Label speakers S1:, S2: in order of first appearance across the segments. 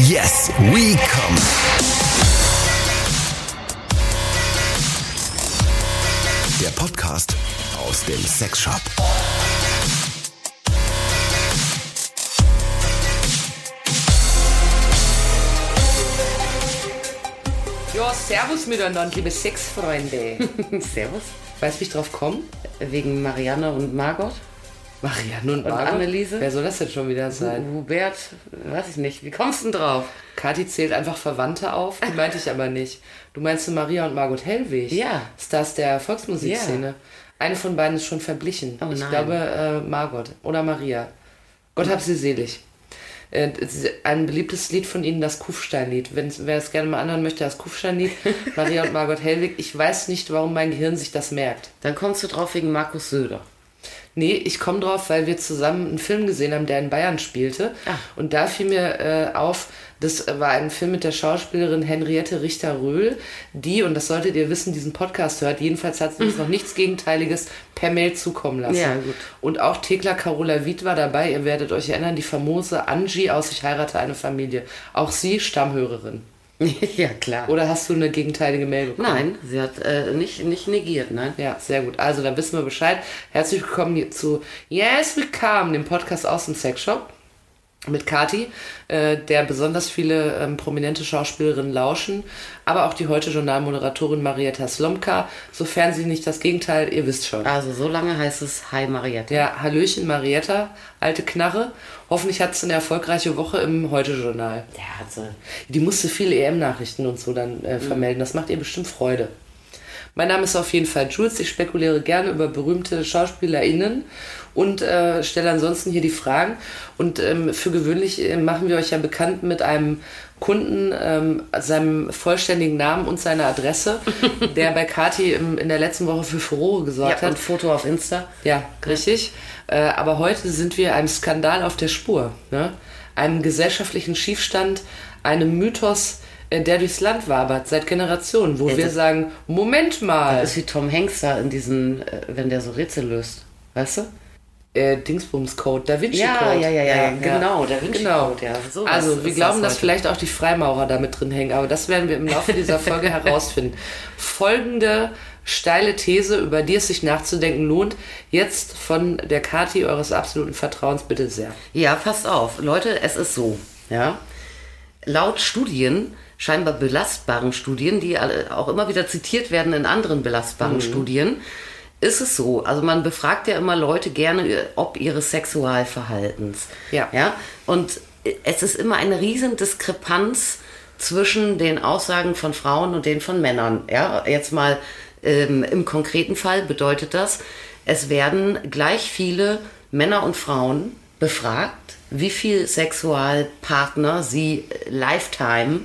S1: Yes, we come. Der Podcast aus dem Sexshop.
S2: Ja, servus miteinander, liebe Sexfreunde. servus. Weißt du, wie ich drauf komme? Wegen Marianne und Margot?
S3: Marianne und,
S2: Und
S3: Margot?
S2: Anneliese?
S3: Wer soll das denn schon wieder
S2: Hu-
S3: sein?
S2: Hubert, weiß ich nicht. Wie kommst du denn drauf?
S3: Kathi zählt einfach Verwandte auf, die meinte ich aber nicht. Du meinst du Maria und Margot Hellwig?
S2: Ja.
S3: Stars der Volksmusikszene. Eine von beiden ist schon verblichen.
S2: Oh
S3: ich
S2: nein.
S3: glaube äh, Margot oder Maria. Gott hab sie selig. Äh, es ist Ein beliebtes Lied von ihnen, das Kufsteinlied. Wenn's, wer es gerne mal anhören möchte, das Kufsteinlied. Maria und Margot Hellwig. Ich weiß nicht, warum mein Gehirn sich das merkt.
S2: Dann kommst du drauf wegen Markus Söder.
S3: Nee, ich komme drauf, weil wir zusammen einen Film gesehen haben, der in Bayern spielte.
S2: Ah.
S3: Und da fiel mir äh, auf, das war ein Film mit der Schauspielerin Henriette Richter-Röhl, die, und das solltet ihr wissen, diesen Podcast hört. Jedenfalls hat sie uns noch nichts Gegenteiliges per Mail zukommen lassen.
S2: Ja, gut.
S3: Und auch Thekla Carola Wied war dabei. Ihr werdet euch erinnern, die famose Angie aus Ich heirate eine Familie. Auch sie Stammhörerin.
S2: ja, klar.
S3: Oder hast du eine gegenteilige Mail bekommen?
S2: Nein, sie hat äh, nicht, nicht negiert, nein.
S3: Ja, sehr gut. Also, da wissen wir Bescheid. Herzlich willkommen hier zu Yes We Come, dem Podcast aus dem Sexshop mit Kati, äh, der besonders viele ähm, prominente Schauspielerinnen lauschen, aber auch die heute Journalmoderatorin Marietta Slomka, sofern sie nicht das Gegenteil, ihr wisst schon.
S2: Also so lange heißt es Hi Mariette.
S3: Ja, Hallöchen Marietta, alte Knarre. Hoffentlich hat sie eine erfolgreiche Woche im Heute-Journal.
S2: Der hat sie.
S3: Die musste viele EM-Nachrichten und so dann
S2: Mhm.
S3: äh, vermelden. Das macht ihr bestimmt Freude. Mein Name ist auf jeden Fall Jules. Ich spekuliere gerne über berühmte SchauspielerInnen und äh, stelle ansonsten hier die Fragen. Und ähm, für gewöhnlich äh, machen wir euch ja bekannt mit einem Kunden, ähm, seinem vollständigen Namen und seiner Adresse, der bei Kati im, in der letzten Woche für Furore gesorgt
S2: Ja, und
S3: hat.
S2: Foto auf Insta.
S3: Ja, richtig. Äh, aber heute sind wir einem Skandal auf der Spur, ne? einem gesellschaftlichen Schiefstand, einem Mythos, äh, der durchs Land wabert seit Generationen, wo wir
S2: das-
S3: sagen, Moment mal,
S2: Ist wie Tom Hanks da in diesen, äh, wenn der so Rätsel löst. Weißt du?
S3: äh, Dingsbums Code, Da Vinci
S2: Ja,
S3: Code.
S2: ja, ja, ja, genau, Da Vinci
S3: genau.
S2: Code, ja, sowas
S3: also wir
S2: ist
S3: glauben,
S2: das
S3: dass
S2: heute.
S3: vielleicht auch die Freimaurer damit drin hängen, aber das werden wir im Laufe dieser Folge herausfinden. Folgende steile These, über die es sich nachzudenken lohnt, jetzt von der Kati eures absoluten Vertrauens bitte sehr.
S2: Ja, passt auf. Leute, es ist so. Ja. Laut Studien, scheinbar belastbaren Studien, die alle- auch immer wieder zitiert werden in anderen belastbaren Studien, ist es so. Also man befragt ja immer Leute gerne, äh, ob ihres Sexualverhaltens.
S3: Ja.
S2: ja? Und es ist immer eine riesen Diskrepanz zwischen den Aussagen von Frauen und den von Männern. Ja, jetzt mal ähm, im konkreten Fall bedeutet das, es werden gleich viele Männer und Frauen befragt, wie viel Sexualpartner sie äh, lifetime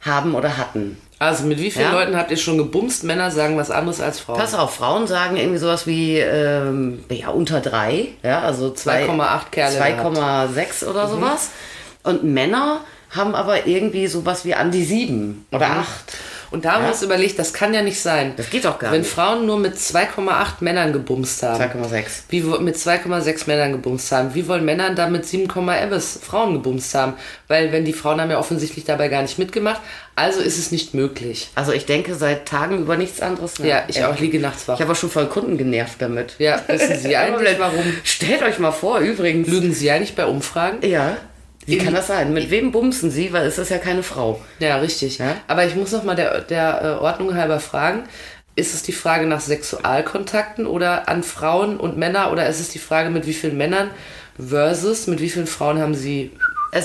S2: haben oder hatten.
S3: Also mit wie vielen
S2: Ja.
S3: Leuten habt ihr schon gebumst? Männer sagen was anderes als Frauen.
S2: Pass auf, Frauen sagen irgendwie sowas wie ähm, ja, unter drei, ja, also zwei-
S3: 2,8 Kerle Mhm.
S2: 2,6 oder sowas. Und Männer haben aber irgendwie sowas wie an die sieben oder
S3: Mhm.
S2: acht.
S3: Und da haben wir
S2: Ja.
S3: uns überlegt, das kann ja nicht sein.
S2: Das geht doch gar
S3: Wenn
S2: nicht.
S3: Frauen nur mit 2,8 Männern gebumst haben.
S2: 2,6.
S3: Wie wo- mit 2,6 Männern gebumst haben. Wie wollen Männer dann mit 7,11 Frauen gebumst haben? Weil wenn die Frauen haben ja offensichtlich dabei gar nicht mitgemacht, also ist es nicht möglich.
S2: Also ich denke seit Tagen über nichts anderes nach.
S3: Ja, ich auch liege nachts wach.
S2: Ich habe auch schon von Kunden genervt damit. Äh,
S3: Ja, wissen Sie eigentlich warum?
S2: Stellt euch mal vor, übrigens.
S3: Lügen Sie ja nicht bei Umfragen?
S2: Ja. Wie
S3: In-
S2: kann das sein? Mit wem bumsen sie? Weil es ist ja keine Frau.
S3: Ja, richtig.
S2: Ja?
S3: Aber ich muss noch mal der, der äh, Ordnung halber fragen, ist es die Frage nach Sexualkontakten oder an Frauen und Männer oder ist es die Frage, mit wie vielen Männern versus mit wie vielen Frauen haben sie...
S2: Äh,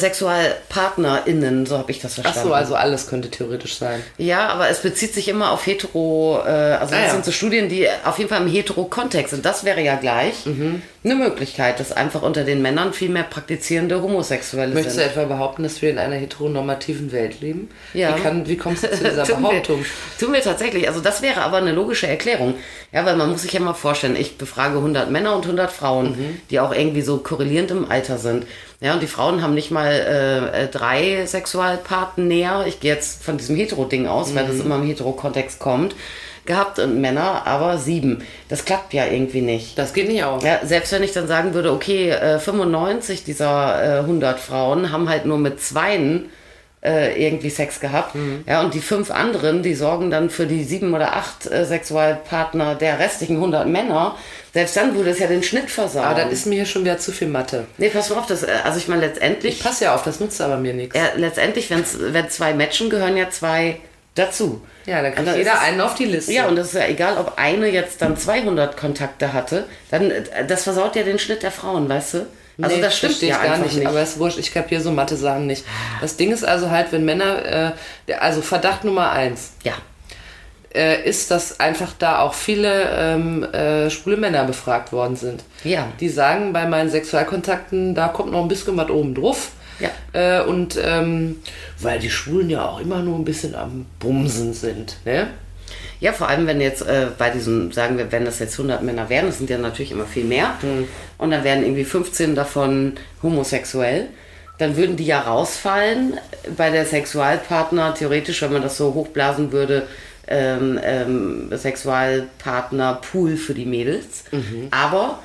S2: SexualpartnerInnen, so habe ich das verstanden.
S3: Achso, also alles könnte theoretisch sein.
S2: Ja, aber es bezieht sich immer auf hetero, äh, also
S3: Ah,
S2: das
S3: ja.
S2: sind so Studien, die auf jeden Fall im hetero-Kontext sind. Das wäre ja gleich
S3: Mhm.
S2: eine Möglichkeit, dass einfach unter den Männern viel mehr praktizierende Homosexuelle
S3: Möchtest du
S2: sind.
S3: etwa behaupten, dass wir in einer heteronormativen Welt leben?
S2: Ja.
S3: Wie, kann, wie kommst du zu dieser
S2: Tun wir-
S3: Behauptung?
S2: Tun wir tatsächlich. Also das wäre aber eine logische Erklärung. Ja, weil man muss sich ja mal vorstellen, ich befrage 100 Männer und 100 Frauen, die auch irgendwie so korrelierend im Alter sind. Ja, und die Frauen haben nicht mal äh, äh, drei Sexualparten näher. Ich gehe jetzt von diesem Hetero-Ding aus, weil das immer im Hetero-Kontext kommt. Gehabt und Männer, aber sieben. Das klappt ja irgendwie nicht.
S3: Das geht nicht auf.
S2: Ja, selbst wenn ich dann sagen würde, okay, äh, 95 dieser äh, 100 Frauen haben halt nur mit zweien äh, irgendwie Sex gehabt.
S3: Mhm.
S2: Ja, und die fünf anderen, die sorgen dann für die sieben oder acht äh, Sexualpartner der restlichen 100 Männer. Selbst dann würde es ja den Schnitt versagen.
S3: Aber dann ist mir hier schon wieder zu viel Mathe.
S2: nee, pass mal auf, das, äh, also ich meine, letztendlich,
S3: Ich passe ja auf, das nutzt aber mir nichts.
S2: ja, letztendlich wenn's, wenn zwei matchen, gehören ja zwei dazu.
S3: Ja, dann
S2: Und
S3: kriegt
S2: dann ist
S3: jeder
S2: es-
S3: einen auf die Liste.
S2: Ja, und das ist ja egal, ob eine jetzt dann 200 Kontakte hatte, dann äh, das versaut ja den Schnitt der Frauen, weißt du? Also
S3: Nee,
S2: das stimmt
S3: verstehe
S2: ja
S3: ich gar
S2: einfach
S3: nicht, aber es ist wurscht, ich kapiere so Mathe-Sachen nicht. Das Ding ist also halt, wenn Männer, äh, der- also Verdacht Nummer eins,
S2: ja.
S3: äh, ist, dass einfach da auch viele ähm, äh, schwule Männer befragt worden sind.
S2: Ja.
S3: Die sagen, bei meinen Sexualkontakten, da kommt noch ein bisschen was oben drauf.
S2: Ja.
S3: Äh, und ähm, weil die Schwulen ja auch immer nur ein bisschen am Bumsen sind, ne?
S2: Ja, vor allem, wenn jetzt äh, bei diesen, sagen wir, wenn das jetzt 100 Männer wären, das sind ja natürlich immer viel mehr, und dann wären irgendwie 15 davon homosexuell, dann würden die ja rausfallen bei der Sexualpartner, theoretisch, wenn man das so hochblasen würde, ähm, ähm, Sexualpartner-Pool für die Mädels, aber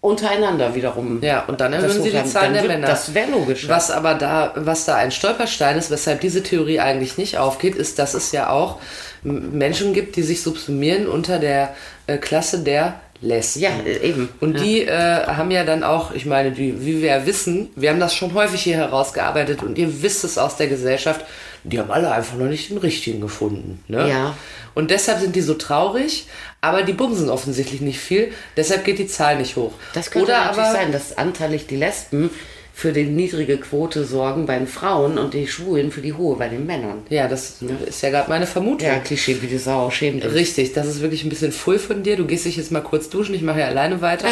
S2: untereinander wiederum. Ne,
S3: Ja, und dann
S2: Das
S3: erhöhen sie die
S2: hochladen.
S3: Zahl
S2: Dann
S3: der
S2: wird-
S3: Männer.
S2: das wäre logisch.
S3: Was aber da, was da ein Stolperstein ist, weshalb diese Theorie eigentlich nicht aufgeht, ist, dass es ja auch m- Menschen gibt, die sich subsumieren unter der äh, Klasse der Lesben.
S2: Ja, äh, eben.
S3: Und die äh, haben ja dann auch, ich meine, die, wie wir ja wissen, wir haben das schon häufig hier herausgearbeitet und ihr wisst es aus der Gesellschaft, die haben alle einfach noch nicht den richtigen gefunden. Ne?
S2: Ja.
S3: Und deshalb sind die so traurig, aber die bumsen offensichtlich nicht viel, deshalb geht die Zahl nicht hoch.
S2: Das könnte
S3: Oder
S2: natürlich
S3: aber,
S2: sein, dass anteilig die Lesben für die niedrige Quote sorgen bei den Frauen und die Schwulen für die hohe bei den Männern.
S3: Ja, das ist ja gerade meine Vermutung.
S2: Ja, Klischee wie die Sau, schäm dich.
S3: Richtig, das ist wirklich ein bisschen voll von dir. Du gehst dich jetzt mal kurz duschen, ich mache ja alleine weiter.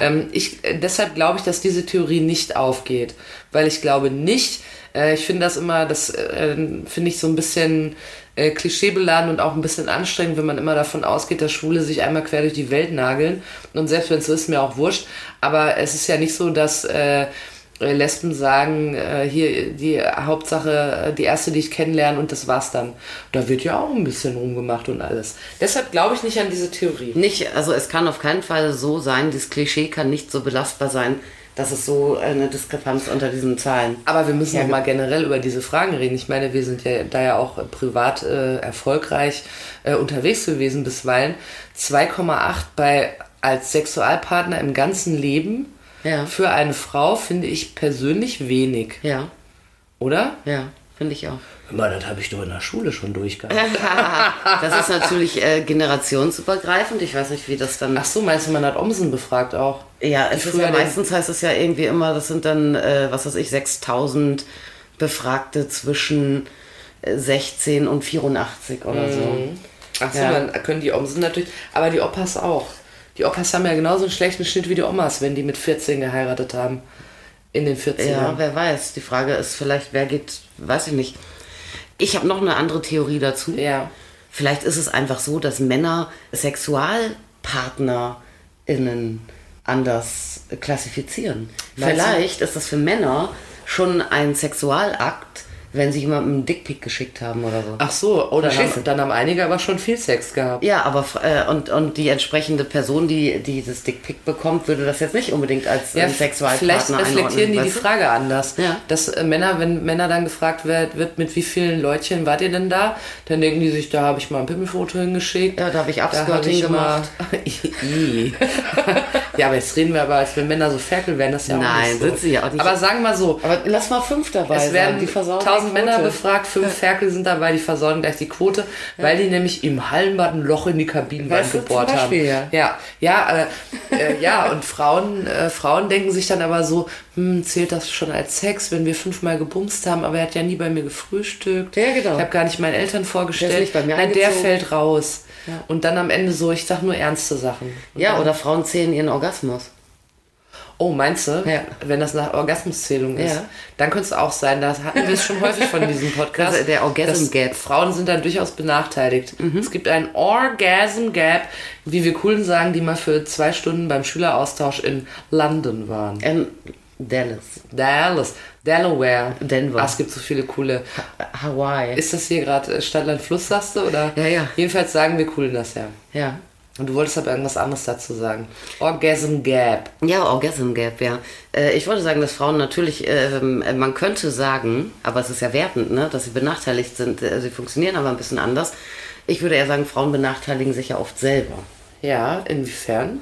S3: ähm, ich, äh, deshalb glaube ich, dass diese Theorie nicht aufgeht, weil ich glaube nicht, äh, ich finde das immer, das äh, finde ich so ein bisschen äh, klischeebeladen und auch ein bisschen anstrengend, wenn man immer davon ausgeht, dass Schwule sich einmal quer durch die Welt nageln. Und selbst wenn es so ist, mir auch wurscht. Aber es ist ja nicht so, dass... Äh, äh, Lesben sagen, äh, hier die Hauptsache, äh, die erste, die ich kennenlerne und das war's dann. Da wird ja auch ein bisschen rumgemacht und alles. Deshalb glaube ich nicht an diese Theorie.
S2: Nicht, also es kann auf keinen Fall so sein, dieses Klischee kann nicht so belastbar sein, dass es so eine Diskrepanz unter diesen Zahlen.
S3: Aber wir müssen noch mal generell über diese Fragen reden. Ich meine, wir sind ja da ja auch äh, privat äh, erfolgreich äh, unterwegs gewesen bisweilen. 2,8 bei als Sexualpartner im ganzen Leben
S2: Ja.
S3: für eine Frau finde ich persönlich wenig,
S2: Ja,
S3: oder?
S2: ja, finde ich auch.
S3: Hör mal, das habe ich doch in der Schule schon durchgehabt.
S2: Das ist natürlich äh, generationsübergreifend. Ich weiß nicht, wie das dann
S3: Ach so, meinst du, man hat Omsen befragt auch?
S2: Ja,
S3: Die
S2: es ist
S3: früher
S2: ja
S3: den-
S2: meistens heißt es ja irgendwie immer, das sind dann, äh, was weiß ich, 6000 Befragte zwischen äh, 16 und 84 oder
S3: Mhm,
S2: so.
S3: Ach so,
S2: Ja.
S3: dann können die Omsen natürlich, aber die Opas auch. Die Opas haben ja genauso einen schlechten Schnitt wie die Omas, wenn die mit 14 geheiratet haben. In den 14
S2: Ja,
S3: Jahren.
S2: wer weiß. Die Frage ist vielleicht, wer geht, weiß ich nicht. Ich habe noch eine andere Theorie dazu.
S3: Ja.
S2: Vielleicht ist es einfach so, dass Männer SexualpartnerInnen anders klassifizieren.
S3: Meinst du?
S2: Vielleicht ist das für Männer schon ein Sexualakt, wenn sie jemandem einen Dickpick geschickt haben oder so.
S3: Ach so, oh, dann,
S2: Verstehst du?
S3: haben, dann haben einige aber schon viel Sex gehabt.
S2: Ja, aber äh, und, und die entsprechende Person, die, die das Dickpick bekommt, würde das jetzt nicht unbedingt als ähm, Sexualpartner
S3: vielleicht reflektieren die die
S2: einordnen, weißt
S3: Frage anders.
S2: Ja.
S3: Dass äh, Männer, wenn Männer dann gefragt wird, wird, mit wie vielen Leutchen wart ihr denn da, dann denken die sich, da habe ich mal ein Pimmelfoto hingeschickt.
S2: Ja, da habe ich Upskirting
S3: mal- Ih. ja, aber jetzt reden wir aber, als wenn Männer so Ferkel wären, das ist ja auch
S2: Nein,
S3: nicht so.
S2: sind sie ja auch nicht.
S3: Aber sagen wir mal so,
S2: du? Aber lass mal fünf dabei
S3: es
S2: sein.
S3: werden
S2: die versauen die
S3: 1000 Männer
S2: Quote.
S3: befragt, fünf Ferkel sind dabei, die versauen gleich die Quote, weil die nämlich im Hallenbad ein Loch in die Kabinenwand
S2: Weißt du, zum
S3: gebohrt haben.
S2: Beispiel, ja.
S3: ja, ja, äh, äh, ja und Frauen, äh, Frauen denken sich dann aber so, hm, zählt das schon als Sex, wenn wir fünfmal gebumst haben, aber er hat ja nie bei mir gefrühstückt.
S2: Ja, genau.
S3: Ich habe gar nicht meinen Eltern vorgestellt.
S2: nicht bei mir
S3: Nein, der
S2: eingezogen.
S3: fällt raus. Und dann am Ende so, ich sag nur ernste Sachen. Und
S2: Ja,
S3: dann,
S2: oder Frauen zählen ihren Orgasmus.
S3: Oh, meinst du?
S2: Ja.
S3: Wenn das nach Orgasmuszählung ist,
S2: Ja.
S3: dann könnte es auch sein, das hatten wir es schon häufig von diesem Podcast.
S2: Also der Orgasm Gap. Mhm.
S3: dass Frauen sind da durchaus benachteiligt. Es gibt einen Orgasm Gap, wie wir coolen sagen, die mal für zwei Stunden beim Schüleraustausch in London waren.
S2: In Dallas,
S3: Dallas, Delaware.
S2: Denver.
S3: Ah, es gibt so viele coole.
S2: Hawaii.
S3: Ist das hier gerade äh, Stadtland Fluss, sagst du? Oder?
S2: Ja, ja.
S3: Jedenfalls sagen wir coolen das ja.
S2: ja.
S3: Und du wolltest aber irgendwas anderes dazu sagen. Orgasm Gap.
S2: Ja, Orgasm Gap, ja. Äh, Ich wollte sagen, dass Frauen natürlich, ähm, äh, man könnte sagen, aber es ist ja wertend, ne, dass sie benachteiligt sind. Äh, Sie funktionieren aber ein bisschen anders. Ich würde eher sagen, Frauen benachteiligen sich ja oft selber.
S3: Ja, inwiefern?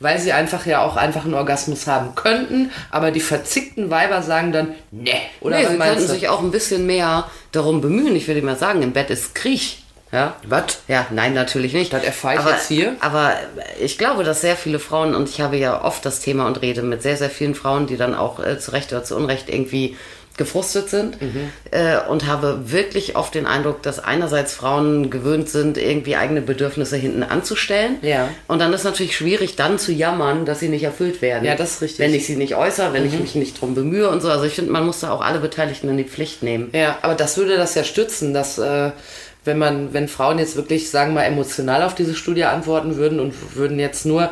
S3: Weil sie einfach ja auch einfach einen Orgasmus haben könnten, aber die verzickten Weiber sagen dann, ne. Oder
S2: nee,
S3: was
S2: sie
S3: meinst
S2: könnten
S3: du?
S2: sich auch ein bisschen mehr darum bemühen. Ich würde mal sagen, im Bett ist Krieg. Ja.
S3: Was?
S2: Ja, nein, natürlich nicht.
S3: Das erfahre ich
S2: aber,
S3: jetzt hier.
S2: Aber ich glaube, dass sehr viele Frauen, und ich habe ja oft das Thema und rede mit sehr, sehr vielen Frauen, die dann auch äh, zu Recht oder zu Unrecht irgendwie gefrustet sind
S3: Mhm.
S2: äh, und habe wirklich oft den Eindruck, dass einerseits Frauen gewöhnt sind, irgendwie eigene Bedürfnisse hinten anzustellen.
S3: Ja.
S2: Und dann ist natürlich schwierig, dann zu jammern, dass sie nicht erfüllt werden.
S3: Ja, das ist richtig. Mhm.
S2: Wenn ich sie nicht äußere, wenn ich mich nicht drum bemühe und so. Also ich finde, man muss da auch alle Beteiligten in die Pflicht nehmen.
S3: Ja, aber das würde das ja stützen, dass äh, wenn man, wenn Frauen jetzt wirklich, sagen wir mal, emotional auf diese Studie antworten würden und würden jetzt nur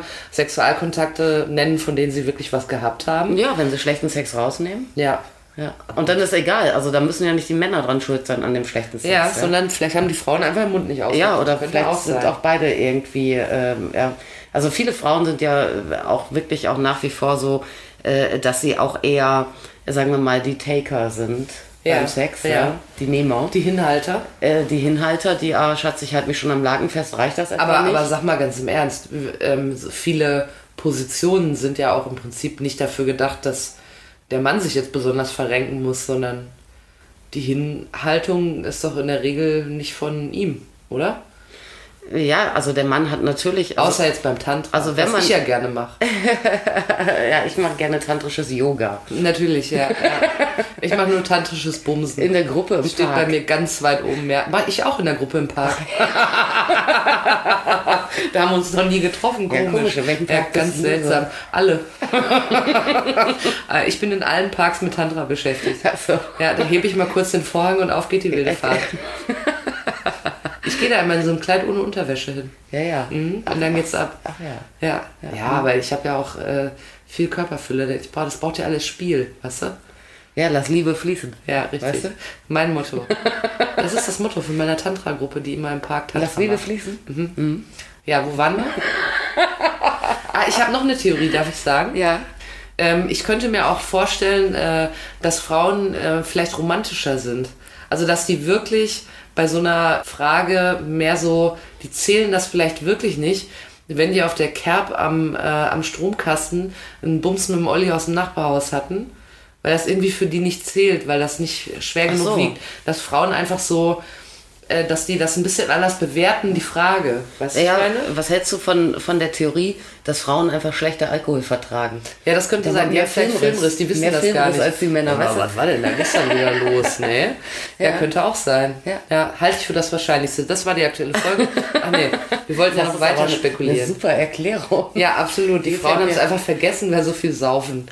S3: Sexualkontakte nennen, von denen sie wirklich was gehabt haben.
S2: Ja, wenn sie schlechten Sex rausnehmen.
S3: Ja.
S2: Ja. Und dann ist egal. Also da müssen ja nicht die Männer dran schuld sein an dem schlechten Sex.
S3: Ja, sondern vielleicht haben die Frauen einfach den Mund nicht aus.
S2: Ja, oder
S3: Könnte
S2: vielleicht
S3: auch
S2: sind
S3: sein.
S2: auch beide irgendwie, ähm, ja. Also viele Frauen sind ja äh, auch wirklich auch nach wie vor so, äh, dass sie auch eher, sagen wir mal, die Taker sind
S3: Ja,
S2: beim Sex, ja.
S3: ja.
S2: die Nehmer. Die,
S3: die Hinhalter.
S2: äh, die Hinhalter, die, ah, Schatz, ich halte mich schon am Laken fest, reicht das etwa
S3: Aber,
S2: nicht?
S3: aber sag mal ganz im Ernst, ähm, so viele Positionen sind ja auch im Prinzip nicht dafür gedacht, dass der Mann sich jetzt besonders verrenken muss, sondern die Hinhaltung ist doch in der Regel nicht von ihm, oder?
S2: ja, also der Mann hat natürlich, also,
S3: Außer jetzt beim Tantra,
S2: also wenn
S3: was
S2: man-
S3: ich ja gerne mache.
S2: ja, ich mache gerne tantrisches Yoga.
S3: Natürlich, ja. ja. Ich mache nur tantrisches Bumsen.
S2: In der Gruppe im
S3: Also Steht
S2: Park.
S3: bei mir ganz weit oben. Ja, war ich auch in der Gruppe im Park. da haben wir uns noch nie getroffen. Komisch.
S2: Ja, komisch, in welchem Park
S3: ja, ganz
S2: bist du?
S3: seltsam. Alle. Äh, ich bin in allen Parks mit Tantra beschäftigt.
S2: Also,
S3: Ja, da hebe ich mal kurz den Vorhang und auf geht die wilde Fahrt. Ich gehe da immer in so einem Kleid ohne Unterwäsche hin.
S2: ja, ja.
S3: Mhm, Und dann geht's ab.
S2: Ach ja.
S3: Ja, ja, aber ich habe ja auch äh, viel Körperfülle. Ich brauch, das braucht ja alles Spiel, weißt du?
S2: Ja, lass Liebe fließen.
S3: Ja, richtig.
S2: Weißt du?
S3: Mein Motto. Das ist das Motto von meiner Tantra-Gruppe, die immer im Park Tantra
S2: Lass Liebe
S3: macht.
S2: fließen.
S3: Ja, wo waren wir? ah, ich habe noch eine Theorie, darf ich sagen?
S2: Ja.
S3: Ähm, ich könnte mir auch vorstellen, äh, dass Frauen äh, vielleicht romantischer sind. Also, dass die wirklich bei so einer Frage mehr so, die zählen das vielleicht wirklich nicht, wenn die auf der Kerb am, äh, am Stromkasten einen Bums mit dem Olli aus dem Nachbarhaus hatten, weil das irgendwie für die nicht zählt, weil das nicht schwer
S2: Ach
S3: genug
S2: so.
S3: wiegt. Dass Frauen einfach so, äh, dass die das ein bisschen anders bewerten, die Frage. Weißt du, was
S2: Ja,
S3: ich meine?
S2: was hältst du von, von der Theorie, dass Frauen einfach schlechter Alkohol vertragen?
S3: Ja, das könnte
S2: Da war
S3: sein.
S2: mehr
S3: Ja, vielleicht
S2: Filmriss.
S3: Filmriss. die wissen
S2: Mehr
S3: das gar
S2: Filmriss
S3: nicht.
S2: als die Männer,
S3: Aber
S2: weißt du?
S3: was war denn da gestern wieder los, ne? Ja,
S2: Ja.
S3: könnte auch sein.
S2: Ja.
S3: halte ich für das Wahrscheinlichste. Das war die aktuelle Folge. Ach nee, wir wollten ja noch
S2: ist aber
S3: weiter
S2: eine- Eine
S3: spekulieren.
S2: super Erklärung.
S3: Ja, absolut. Die
S2: Die
S3: Frauen haben es
S2: Fälle-
S3: einfach vergessen, weil so viel saufen.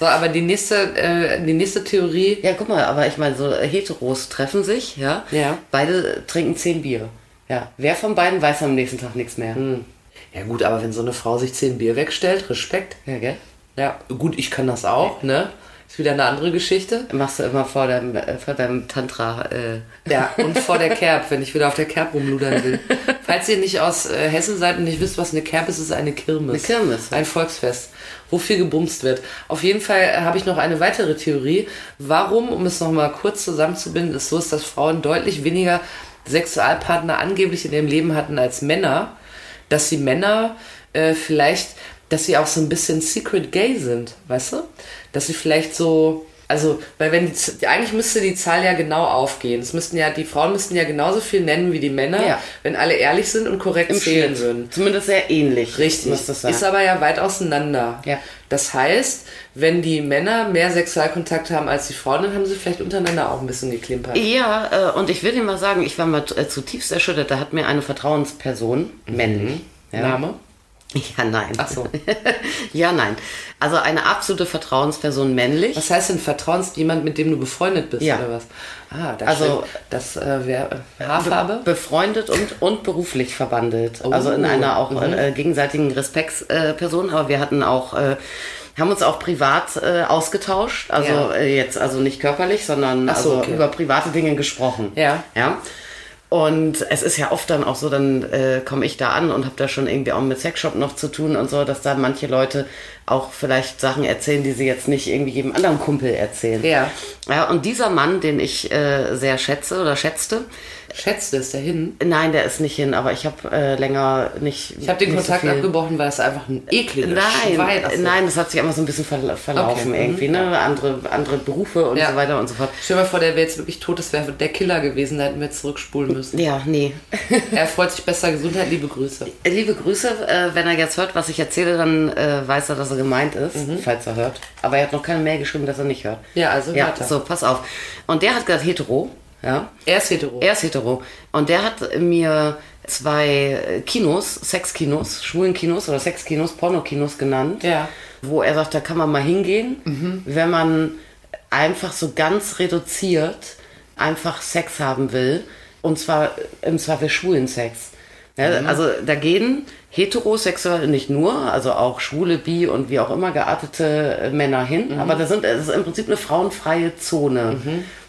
S3: so, aber die nächste, äh, die nächste Theorie.
S2: Ja, guck mal, aber ich meine, so Heteros treffen sich, ja?
S3: Ja.
S2: Beide trinken zehn Bier. Ja. Wer von beiden weiß am nächsten Tag nichts mehr?
S3: Mhm. Ja gut, aber wenn so eine Frau sich zehn Bier wegstellt, Respekt.
S2: Ja, gell?
S3: Ja, gut, ich kann das auch, ne? Ist wieder eine andere Geschichte.
S2: Machst du immer vor deinem, äh, vor deinem Tantra. Äh.
S3: Ja, und vor der Kerb, wenn ich wieder auf der Kerb rumludern will. Falls ihr nicht aus äh, Hessen seid und nicht wisst, was eine Kerb ist, ist es eine Kirmes.
S2: Eine Kirmes.
S3: Ein Volksfest, wo viel gebumst wird. Auf jeden Fall äh, habe ich noch eine weitere Theorie, warum, um es nochmal kurz zusammenzubinden, es so ist, dass Frauen deutlich weniger Sexualpartner angeblich in ihrem Leben hatten als Männer, dass sie Männer äh, vielleicht, dass sie auch so ein bisschen secret gay sind, weißt du? Dass sie vielleicht so, also, weil wenn die, Z- eigentlich müsste die Zahl ja genau aufgehen. Es müssten ja, die Frauen müssten ja genauso viel nennen wie die Männer,
S2: Ja.
S3: wenn alle ehrlich sind und korrekt zählen würden.
S2: Zumindest sehr ähnlich.
S3: Richtig.
S2: Muss das sein.
S3: Ist aber ja weit auseinander.
S2: Ja.
S3: Das heißt, wenn die Männer mehr Sexualkontakt haben als die Frauen, dann haben sie vielleicht untereinander auch ein bisschen geklimpert.
S2: Ja, äh, und ich will dir mal sagen, ich war mal äh, zutiefst erschüttert. Da hat mir eine Vertrauensperson, männlich, ja.
S3: Name?
S2: Ja, nein.
S3: Ach so.
S2: ja, nein. Also eine absolute Vertrauensperson männlich.
S3: Was heißt denn Vertrauens jemand, mit dem du befreundet bist
S2: Ja.
S3: oder was? Ah, das
S2: Also-
S3: also das äh, wär, Haarfarbe.
S2: Befreundet und, und beruflich verbandelt.
S3: Oh.
S2: Also in einer auch
S3: Mhm.
S2: äh, gegenseitigen Respektsperson. Äh, Person. Aber wir hatten auch, äh, haben uns auch privat äh, ausgetauscht. Also
S3: Ja.
S2: äh, jetzt, also nicht körperlich, sondern
S3: so,
S2: also
S3: okay.
S2: über private Dinge gesprochen.
S3: Ja.
S2: Ja. Und es ist ja oft dann auch so, dann äh, komme ich da an und habe da schon irgendwie auch mit Sexshop noch zu tun und so, dass da manche Leute auch vielleicht Sachen erzählen, die sie jetzt nicht irgendwie jedem anderen Kumpel erzählen.
S3: Ja.
S2: Ja, und dieser Mann, den ich äh, sehr schätze oder schätzte,
S3: Schätzt es dahin.
S2: nein, der ist nicht hin, aber ich habe äh, länger nicht.
S3: Ich habe den
S2: nicht so
S3: Kontakt
S2: viel-
S3: abgebrochen, weil es einfach ein ekliges
S2: Nein,
S3: Schwein ist.
S2: nein, das hat sich immer so ein bisschen verla-
S3: Okay,
S2: verlaufen
S3: mhm.
S2: irgendwie, ne? Andere, andere Berufe und
S3: Ja.
S2: so weiter und so fort.
S3: Stell dir mal vor, der wäre jetzt wirklich tot, das wäre der Killer gewesen, da hätten wir jetzt zurückspulen müssen.
S2: Ja, nee.
S3: er freut sich besser Gesundheit, liebe Grüße.
S2: Liebe Grüße, äh, wenn er jetzt hört, was ich erzähle, dann äh, weiß er, dass er gemeint ist, falls er hört. Aber er hat noch keine Mail geschrieben, dass er nicht hört.
S3: Mhm. Ja, also
S2: ja,
S3: hört er.
S2: so, pass auf. Und der hat gesagt, hetero, ja.
S3: Er ist hetero.
S2: Er ist hetero. Und der hat mir zwei Kinos, Sexkinos, Schwulenkinos oder Sexkinos, Pornokinos genannt.
S3: Ja.
S2: Wo er sagt, da kann man mal hingehen, wenn man einfach so ganz reduziert einfach Sex haben will. Und zwar im Zweifel schwulen Sex. Ja, Also da gehen heterosexuelle, nicht nur, also auch schwule, bi und wie auch immer geartete äh, Männer hin, aber da sind, es ist im Prinzip eine frauenfreie Zone.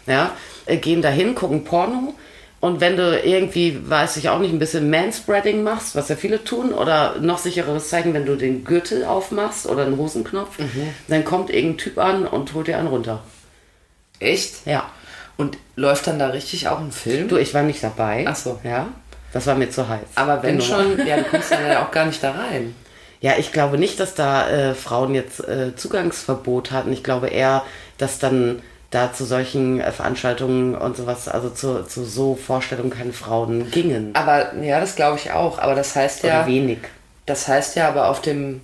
S2: Ja, äh, gehen da hin, gucken Porno und wenn du irgendwie, weiß ich auch nicht, ein bisschen Manspreading machst, was ja viele tun, oder noch sichereres Zeichen, wenn du den Gürtel aufmachst oder einen Hosenknopf,
S3: Mhm.
S2: dann kommt irgendein Typ an und holt dir einen runter.
S3: Echt?
S2: Ja.
S3: Und läuft dann da richtig auch ein Film?
S2: Du, ich war nicht dabei.
S3: Ach so.
S2: Ja. Genau. Das war mir zu heiß.
S3: Aber wenn
S2: Die Nummer.
S3: schon, ja, du kommst dann ja auch gar nicht da rein.
S2: Ja, ich glaube nicht, dass da äh, Frauen jetzt äh, Zugangsverbot hatten. Ich glaube eher, dass dann da zu solchen äh, Veranstaltungen und sowas, also zu, zu so Vorstellungen keine Frauen gingen.
S3: Aber ja, das glaube ich auch. Aber das heißt ja,
S2: Oder wenig.
S3: das heißt ja, aber auf dem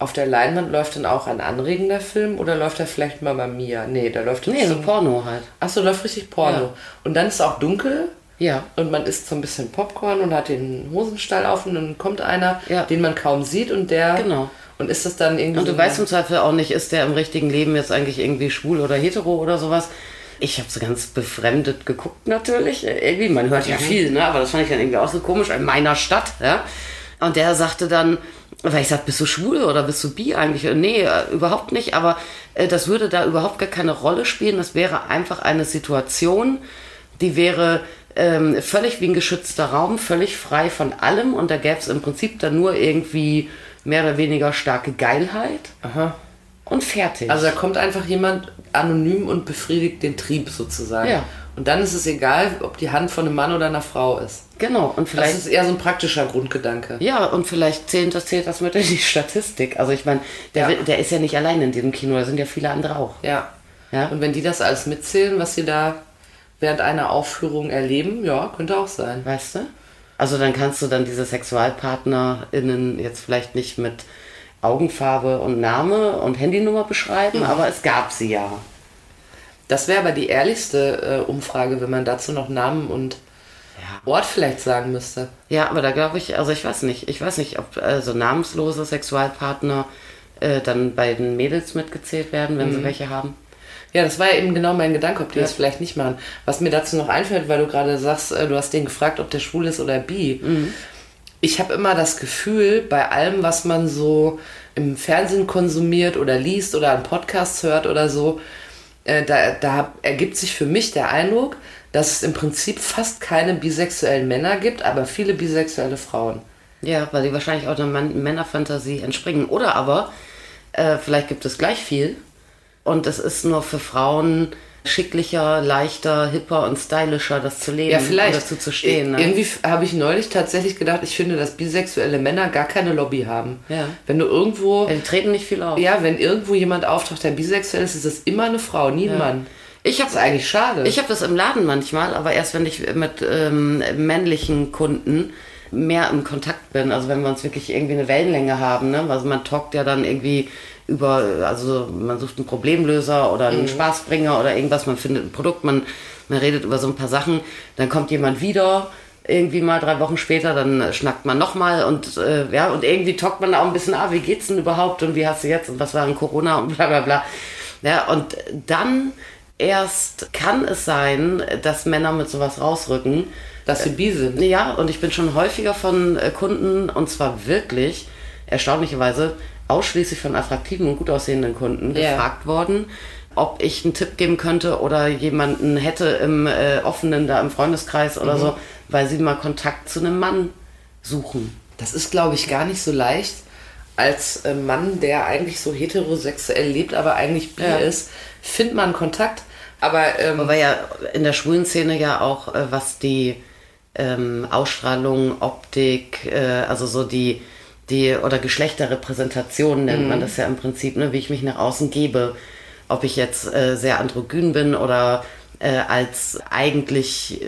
S3: auf der Leinwand läuft dann auch ein anregender Film oder läuft er vielleicht Mama Mia? Nee, da läuft
S2: Nee,
S3: jetzt
S2: so
S3: ein-
S2: Porno halt.
S3: Ach so, läuft richtig Porno.
S2: Ja.
S3: Und dann ist es auch dunkel.
S2: Ja.
S3: Und man isst so ein bisschen Popcorn und hat den Hosenstall auf und dann kommt einer,
S2: Ja.
S3: den man kaum sieht und der.
S2: Genau.
S3: Und ist das dann irgendwie.
S2: Und du
S3: so-
S2: weißt im Zweifel auch nicht, ist der im richtigen Leben jetzt eigentlich irgendwie schwul oder hetero oder sowas. Ich habe so ganz befremdet geguckt natürlich. Irgendwie, man hört ja viel, ne? aber das fand ich dann irgendwie auch so komisch in meiner Stadt. Ja? Und der sagte dann, weil ich sagte, bist du schwul oder bist du bi eigentlich? Und Nee, äh, überhaupt nicht, aber äh, das würde da überhaupt gar keine Rolle spielen. Das wäre einfach eine Situation, die wäre ähm, völlig wie ein geschützter Raum, völlig frei von allem und da gäbe es im Prinzip dann nur irgendwie mehr oder weniger starke Geilheit
S3: Aha.
S2: und fertig.
S3: Also da kommt einfach jemand anonym und befriedigt den Trieb sozusagen.
S2: Ja.
S3: Und dann ist es egal, ob die Hand von einem Mann oder einer Frau ist.
S2: genau, und
S3: Das
S2: vielleicht.
S3: ist eher so ein praktischer Grundgedanke.
S2: ja, und vielleicht zählt das, zählt das mit in die Statistik. Also ich meine, der,
S3: Ja.
S2: will- der ist ja nicht allein in diesem Kino, da sind ja viele andere auch.
S3: Ja.
S2: Ja.
S3: Und wenn die das alles mitzählen, was sie da während einer Aufführung erleben, ja, könnte auch sein.
S2: Weißt du? Also dann kannst du dann diese SexualpartnerInnen jetzt vielleicht nicht mit Augenfarbe und Name und Handynummer
S3: Mhm.
S2: beschreiben, aber es gab sie ja.
S3: Das wäre aber die ehrlichste äh, Umfrage, wenn man dazu noch Namen und
S2: Ja.
S3: Ort vielleicht sagen müsste.
S2: Ja, aber da glaube ich, also ich weiß nicht, ich weiß nicht, ob äh, so namenslose Sexualpartner äh, dann bei den Mädels mitgezählt werden,
S3: Mhm.
S2: wenn sie welche haben.
S3: Ja, das war ja eben genau mein Gedanke, ob die das vielleicht nicht machen. Was mir dazu noch einfällt, weil du gerade sagst, äh, du hast den gefragt, ob der schwul ist oder bi.
S2: Mhm.
S3: Ich habe immer das Gefühl, bei allem, was man so im Fernsehen konsumiert oder liest oder an Podcasts hört oder so, äh, da, da hab- ergibt sich für mich der Eindruck, dass es im Prinzip fast keine bisexuellen Männer gibt, aber viele bisexuelle Frauen.
S2: Ja, weil die wahrscheinlich auch der Mann Männerfantasie entspringen. Oder aber, äh, vielleicht gibt es gleich viel und es ist nur für Frauen schicklicher, leichter, hipper und stylischer, Mhm, um das zu leben
S3: Ja, vielleicht.
S2: und dazu zu stehen.
S3: Ir-
S2: Ne?
S3: Irgendwie f- habe ich neulich tatsächlich gedacht, ich finde, dass bisexuelle Männer gar keine Lobby haben.
S2: Ja.
S3: Wenn du irgendwo.
S2: Ja, Die treten nicht viel auf.
S3: Ja, wenn irgendwo jemand auftaucht, der bisexuell ist, ist es immer eine Frau, nie ein Mann.
S2: Ich
S3: Das
S2: habe
S3: ist eigentlich schade.
S2: Ich habe das im Laden manchmal, aber erst wenn ich mit ähm, männlichen Kunden mehr im Kontakt bin, also wenn wir uns wirklich irgendwie eine Wellenlänge haben, ne? also man talkt ja dann irgendwie über, also man sucht einen Problemlöser oder einen Spaßbringer oder irgendwas, man findet ein Produkt, man, man redet über so ein paar Sachen, dann kommt jemand wieder, irgendwie mal drei Wochen später, dann schnackt man nochmal und äh, ja, und irgendwie talkt man auch ein bisschen, ah, wie geht's denn überhaupt und wie hast du jetzt und was war denn Corona und bla bla bla. Ja, und dann erst kann es sein, dass Männer mit sowas rausrücken.
S3: dass sie bi sind.
S2: Ja, und ich bin schon häufiger von äh, Kunden, und zwar wirklich, erstaunlicherweise, ausschließlich von attraktiven und gut aussehenden Kunden
S3: Ja.
S2: gefragt worden, ob ich einen Tipp geben könnte oder jemanden hätte im äh, offenen, da im Freundeskreis
S3: Mhm.
S2: oder so, weil sie mal Kontakt zu einem Mann suchen.
S3: Das ist, glaube ich, gar nicht so leicht, als äh, Mann, der eigentlich so heterosexuell lebt, aber eigentlich bi
S2: Ja.
S3: ist, findet man Kontakt. Aber ähm,
S2: Weil ja in der schwulen Szene ja auch, äh, was die ähm, Ausstrahlung, Optik, äh, also so die, die oder Geschlechterrepräsentation nennt
S3: Mhm.
S2: man das ja im Prinzip, ne, wie ich mich nach außen gebe. Ob ich jetzt äh, sehr androgyn bin oder äh, als eigentlich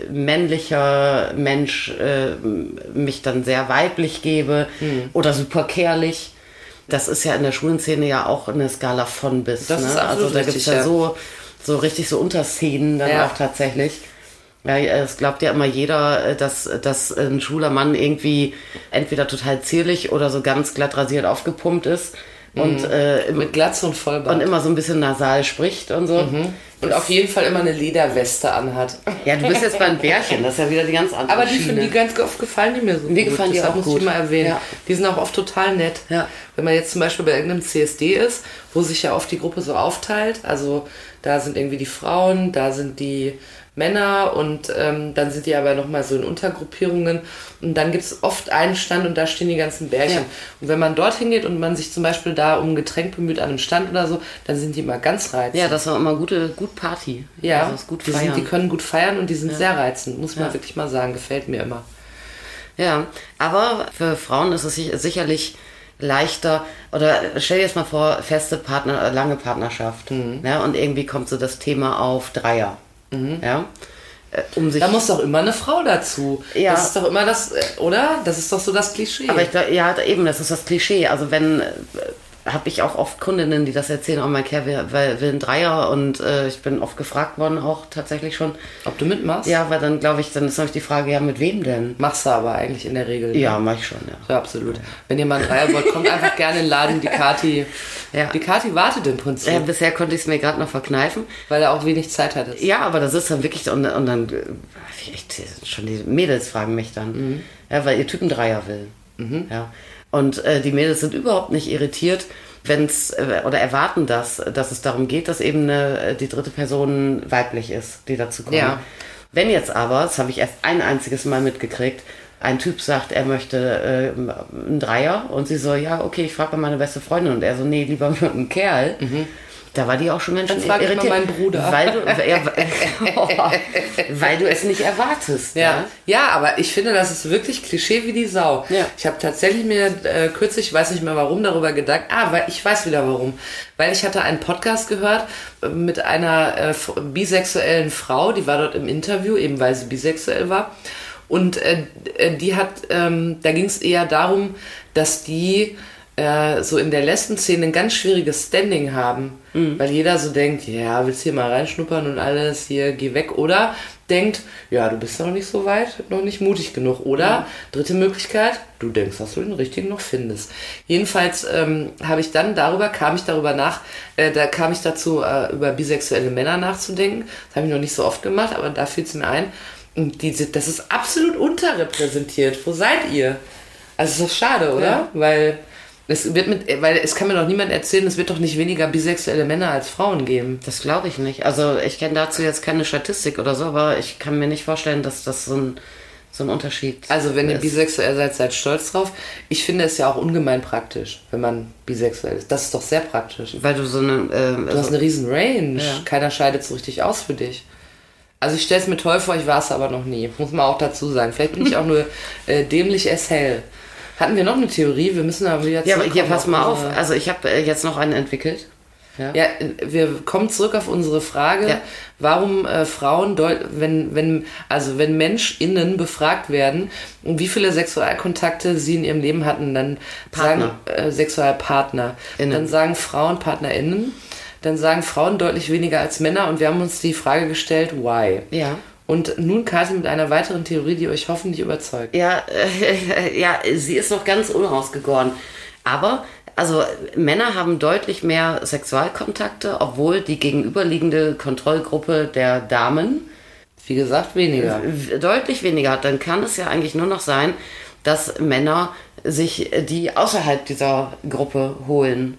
S2: männlicher Mensch äh, m- mich dann sehr weiblich gebe
S3: Mhm.
S2: oder super kerlich. Das ist ja in der schwulen Szene ja auch eine Skala von bis.
S3: Das
S2: ne?
S3: ist absolut
S2: also da gibt es
S3: richtig,
S2: ja
S3: ja.
S2: so, so richtig so Unterszenen dann
S3: Ja.
S2: auch tatsächlich. Ja, es glaubt ja immer jeder, äh, dass, dass ein schwuler Mann irgendwie entweder total zierlich oder so ganz glatt rasiert aufgepumpt ist und,
S3: Mhm.
S2: äh, im,
S3: mit Glatze und
S2: und
S3: Vollbart.
S2: immer so ein bisschen nasal spricht und so.
S3: Und auf jeden Fall immer eine Lederweste anhat.
S2: Ja, du bist jetzt bei den Bärchen, das ist ja wieder die ganz andere
S3: Aber die,
S2: Schiene.
S3: finde ich ganz oft gefallen die mir so
S2: Mir
S3: gut.
S2: gefallen die
S3: Deshalb
S2: auch
S3: muss
S2: gut.
S3: ich mal erwähnen.
S2: Ja.
S3: Die sind auch oft total nett.
S2: Ja.
S3: Wenn man jetzt zum Beispiel bei irgendeinem CSD ist, wo sich ja oft die Gruppe so aufteilt, also da sind irgendwie die Frauen, da sind die Männer und ähm, dann sind die aber nochmal so in Untergruppierungen und dann gibt es oft einen Stand und da stehen die ganzen Bärchen.
S2: Ja.
S3: Und wenn man dorthin geht und man sich zum Beispiel da um ein Getränk bemüht an einem Stand oder so, dann sind die immer ganz reizend.
S2: ja, das war immer gute, gut Party.
S3: Ja,
S2: also das ist gut
S3: die, sind, die
S2: feiern.
S3: können gut feiern und die sind sehr reizend, muss man wirklich mal sagen, gefällt mir immer.
S2: Ja, aber für Frauen ist es sich- sicherlich leichter. Oder stell dir jetzt mal vor, feste Partner, äh, lange Partnerschaft.
S3: Mhm.
S2: Ja, und irgendwie kommt so das Thema auf Dreier. Ja, äh, um sich.
S3: Da muss doch immer eine Frau dazu.
S2: Ja.
S3: Das ist doch immer das, äh, oder? Das ist doch so das Klischee.
S2: aber ich, glaub- ja, eben, das ist das Klischee. Also wenn habe ich auch oft Kundinnen, die das erzählen, oh mein Kerl, wir, wir will einen Dreier und äh, ich bin oft gefragt worden, auch tatsächlich schon.
S3: Ob du mitmachst?
S2: Ja, weil dann glaube ich, dann ist nämlich die Frage, ja, mit wem denn?
S3: Machst du aber eigentlich in der Regel.
S2: Ja, mache ich schon, ja.
S3: Ja, absolut. Wenn ihr mal einen Dreier wollt, kommt einfach gerne in den Laden. Die Kati,
S2: Ja.
S3: die Kati wartet im Prinzip,
S2: ja Äh, bisher konnte ich es mir gerade noch verkneifen.
S3: weil er auch wenig Zeit hat.
S2: Ja, aber das ist dann wirklich, und, und dann, äh, echt, schon die Mädels fragen mich dann,
S3: Mhm.
S2: ja, weil ihr Typen Dreier will. Ja. Und äh, die Mädels sind überhaupt nicht irritiert, wenn's, äh, oder erwarten das, dass es darum geht, dass eben eine, äh, die dritte Person weiblich ist, die dazu kommt.
S3: Ja.
S2: Wenn jetzt aber, das habe ich erst ein einziges Mal mitgekriegt, ein Typ sagt, er möchte äh, einen Dreier und sie so, ja, okay, ich frage mal meine beste Freundin und er so, nee, lieber mit einem Kerl. Da war die auch schon ganz
S3: Mhm. Dann frag ich mal meinen Bruder.
S2: Weil du, ja, weil- weil du es nicht erwartest. ne?
S3: Ja. ja, aber ich finde, das ist wirklich Klischee wie die Sau.
S2: Ja.
S3: Ich habe tatsächlich mir äh, kürzlich, ich weiß nicht mehr warum, darüber gedacht. Ah, weil ich weiß wieder warum. Weil ich hatte einen Podcast gehört äh, mit einer äh, f- bisexuellen Frau, die war dort im Interview, eben weil sie bisexuell war. Und äh, äh, die hat, ähm, da ging es eher darum, dass die äh, so in der Lesben-Szene ein ganz schwieriges Standing haben, weil jeder so denkt, ja, willst hier mal reinschnuppern und alles, hier, geh weg, oder denkt, ja, du bist noch nicht so weit, noch nicht mutig genug, oder dritte Möglichkeit, du denkst, dass du den richtigen noch findest. Jedenfalls ähm, habe ich dann darüber, kam ich darüber nach, äh, da kam ich dazu, äh, über bisexuelle Männer nachzudenken, das habe ich noch nicht so oft gemacht, aber da fiel es mir ein, und diese, das ist absolut unterrepräsentiert, wo seid ihr? Also ist doch schade, oder?
S2: Ja.
S3: Weil es wird mit, weil es kann mir doch niemand erzählen, es wird doch nicht weniger bisexuelle Männer als Frauen geben.
S2: Das glaube ich nicht. Also ich kenne dazu jetzt keine Statistik oder so, aber ich kann mir nicht vorstellen, dass das so ein, so ein Unterschied
S3: Also wenn ihr
S2: ist.
S3: bisexuell seid, seid stolz drauf. Ich finde es ja auch ungemein praktisch, wenn man bisexuell ist. Das ist doch sehr praktisch.
S2: Weil du so eine... ähm,
S3: Du hast
S2: also,
S3: eine riesen Range.
S2: Ja.
S3: Keiner scheidet so richtig aus für dich. Also ich stelle es mir toll vor, ich war es aber noch nie. Muss man auch dazu sagen. Vielleicht bin ich auch nur äh, dämlich as hell. Hatten wir noch eine Theorie? Wir müssen aber wieder
S2: ja, aber hier,
S3: zurückkommen
S2: pass mal auf.
S3: unsere-
S2: Also ich habe äh, jetzt noch einen entwickelt. Ja.
S3: Ja, wir kommen zurück auf unsere Frage,
S2: Ja.
S3: warum äh, Frauen, deut wenn, wenn, also wenn MenschInnen befragt werden, wie viele Sexualkontakte sie in ihrem Leben hatten, dann
S2: Partner.
S3: sagen äh, Sexualpartner,
S2: Innen.
S3: dann sagen Frauen PartnerInnen, dann sagen Frauen deutlich weniger als Männer und wir haben uns die Frage gestellt, why?
S2: Ja.
S3: Und nun Kathi mit einer weiteren Theorie, die euch hoffentlich überzeugt.
S2: Ja, äh, ja, sie ist noch ganz unausgegoren. Aber, also Männer haben deutlich mehr Sexualkontakte, obwohl die gegenüberliegende Kontrollgruppe der Damen
S3: Wie gesagt, weniger.
S2: w- deutlich weniger hat. Dann kann es ja eigentlich nur noch sein, äh, dass Männer sich die außerhalb dieser Gruppe holen.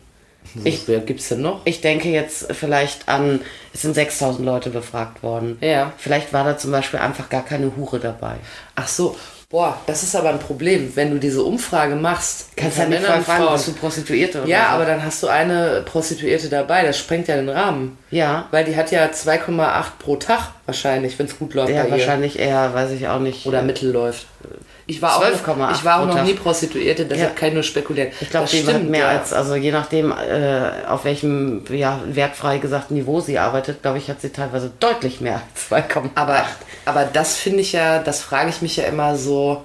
S3: Ich, Wer gibt's denn noch?
S2: Ich denke jetzt vielleicht an, es sind 6000 Leute befragt worden.
S3: Ja.
S2: Vielleicht war da zum Beispiel einfach gar keine Hure dabei.
S3: Ach so, boah, das ist aber ein Problem, wenn du diese Umfrage machst.
S2: Kannst ja
S3: unter
S2: nicht
S3: Männern und
S2: fragen,
S3: Frauen.
S2: bist du Prostituierte oder
S3: Ja,
S2: so?
S3: aber dann hast du eine Prostituierte dabei, das sprengt ja den Rahmen.
S2: Ja.
S3: Weil die hat ja 2,8 pro Tag wahrscheinlich, wenn's gut läuft.
S2: Ja,
S3: bei ihr.
S2: wahrscheinlich eher, weiß ich auch nicht.
S3: Oder mittel läuft. Ich war auch,
S2: 12,8
S3: ich war auch
S2: pro
S3: noch
S2: Tag.
S3: nie Prostituierte, deshalb
S2: Ja.
S3: kann ich nur spekulieren.
S2: Ich glaube,
S3: Das
S2: die hat
S3: stimmt,
S2: mehr
S3: ja.
S2: als, also je nachdem, äh, auf welchem ja, wertfrei gesagt Niveau sie arbeitet, glaube ich, hat sie teilweise deutlich mehr als 2,8.
S3: Aber, aber das finde ich ja, das frage ich mich ja immer so.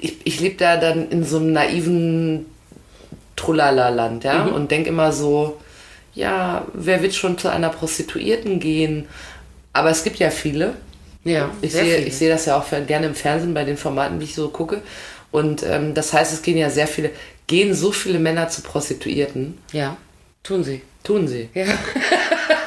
S3: Ich, ich lebe da dann in so einem naiven Trullala-Land, ja,
S2: Mhm.
S3: und denke immer so, ja, wer wird schon zu einer Prostituierten gehen? Aber es gibt ja viele.
S2: ja,
S3: Ich
S2: sehr
S3: sehe,
S2: viel.
S3: ich sehe das ja auch fe- gerne im Fernsehen bei den Formaten, die ich so gucke. Und ähm, das heißt, es gehen ja sehr viele, gehen so viele Männer zu Prostituierten.
S2: ja, tun sie.
S3: Tun sie.
S2: Ja.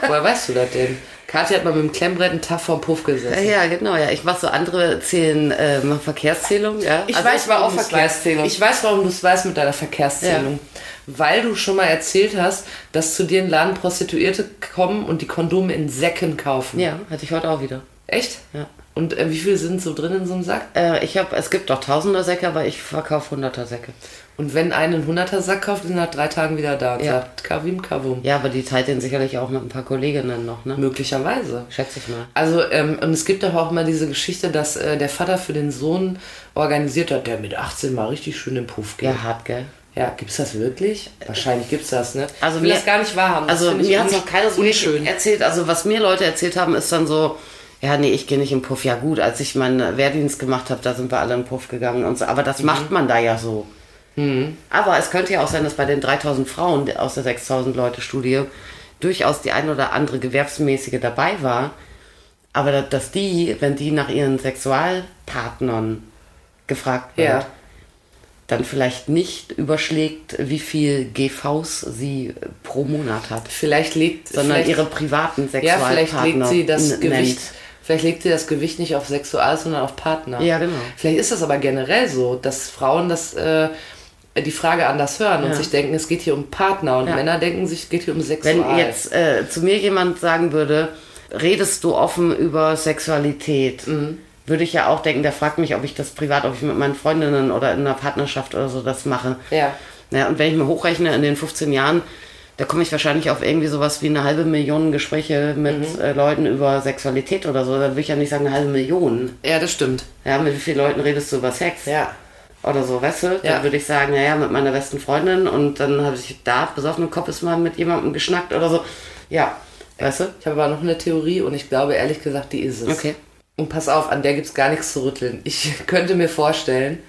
S3: Woher weißt du das denn? Kathi hat mal mit dem Klemmbrett einen Tag vorm Puff gesessen.
S2: ja, genau, ja. Ich mache so andere Zählen, äh, mach Verkehrszählung, ja.
S3: Ich
S2: Also
S3: weiß,
S2: mach
S3: warum du es weißt. Ich weiß, warum du es weißt mit deiner Verkehrszählung. Weil du schon mal erzählt hast, dass zu dir in den Laden Prostituierte kommen und die Kondome in Säcken kaufen.
S2: ja, hatte ich heute auch wieder.
S3: Echt?
S2: Ja.
S3: Und äh, wie viel sind so drin in so einem Sack?
S2: Äh, ich habe, es gibt doch Tausender Säcke, aber ich verkaufe Hunderter Säcke.
S3: Und wenn einer einen 100er Sack kauft, sind nach drei Tagen wieder da und
S2: Ja.
S3: sagt, Kavim, Kavum.
S2: Ja, aber die teilt den sicherlich auch mit ein paar Kolleginnen noch, ne?
S3: Möglicherweise.
S2: Schätze ich mal.
S3: Also, ähm, und es gibt aber auch immer diese Geschichte, dass äh, der Vater für den Sohn organisiert hat, der mit 18 mal richtig schön im Puff geht.
S2: Ja, hart, gell?
S3: Ja, gibt's das wirklich? Wahrscheinlich gibt's das, ne?
S2: Also
S3: ich will
S2: mir-
S3: das gar nicht wahrhaben. Das
S2: Also
S3: finde ich
S2: mir hat es
S3: un-
S2: noch keiner so richtig
S3: unschön.
S2: erzählt. Also was mir Leute erzählt haben, ist dann so, ja, nee, ich gehe nicht im Puff. Ja gut, als ich meinen Wehrdienst gemacht habe, da sind wir alle im Puff gegangen und so. Aber
S3: Mhm.
S2: das macht man da ja so. Aber es könnte ja auch sein, dass bei den 3000 Frauen aus der 6000 Leute Studie durchaus die ein oder andere gewerbsmäßige dabei war. Aber da- dass die, wenn die nach ihren Sexualpartnern gefragt wird,
S3: Ja.
S2: dann vielleicht nicht überschlägt, wie viel GVs sie pro Monat hat,
S3: Vielleicht legt,
S2: sondern
S3: vielleicht,
S2: ihre privaten
S3: ja, vielleicht
S2: Sexualpartner
S3: legt sie das
S2: n-
S3: Gewicht,
S2: nennt.
S3: vielleicht legt sie das Gewicht nicht auf Sexual, sondern auf Partner.
S2: Ja, genau.
S3: Vielleicht ist das aber generell so, dass Frauen das, äh, die Frage anders hören und
S2: Ja.
S3: sich denken, es geht hier um Partner und
S2: Ja.
S3: Männer denken sich, es geht hier um Sexual.
S2: Wenn jetzt äh, zu mir jemand sagen würde, redest du offen über Sexualität,
S3: Mhm.
S2: würde ich ja auch denken, der fragt mich, ob ich das privat, ob ich mit meinen Freundinnen oder in einer Partnerschaft oder so das mache.
S3: Ja.
S2: Naja, und wenn ich mir hochrechne in den 15 Jahren, da komme ich wahrscheinlich auf irgendwie sowas wie eine halbe Million Gespräche mit
S3: Mhm.
S2: äh, Leuten über Sexualität oder so. Da würde ich ja nicht sagen eine halbe Million.
S3: ja, das stimmt.
S2: Ja, mit wie vielen Leuten redest du über Sex?
S3: Ja.
S2: Oder so, weißt du?
S3: Ja.
S2: Dann würde ich sagen, naja, mit meiner besten Freundin und dann habe ich da besoffenen Kopfes mal mit jemandem geschnackt oder so. Ja, weißt du?
S3: Ich habe aber noch eine Theorie und ich glaube ehrlich gesagt, die ist es.
S2: Okay.
S3: Und pass auf, an der gibt es gar nichts zu rütteln. Ich könnte mir vorstellen,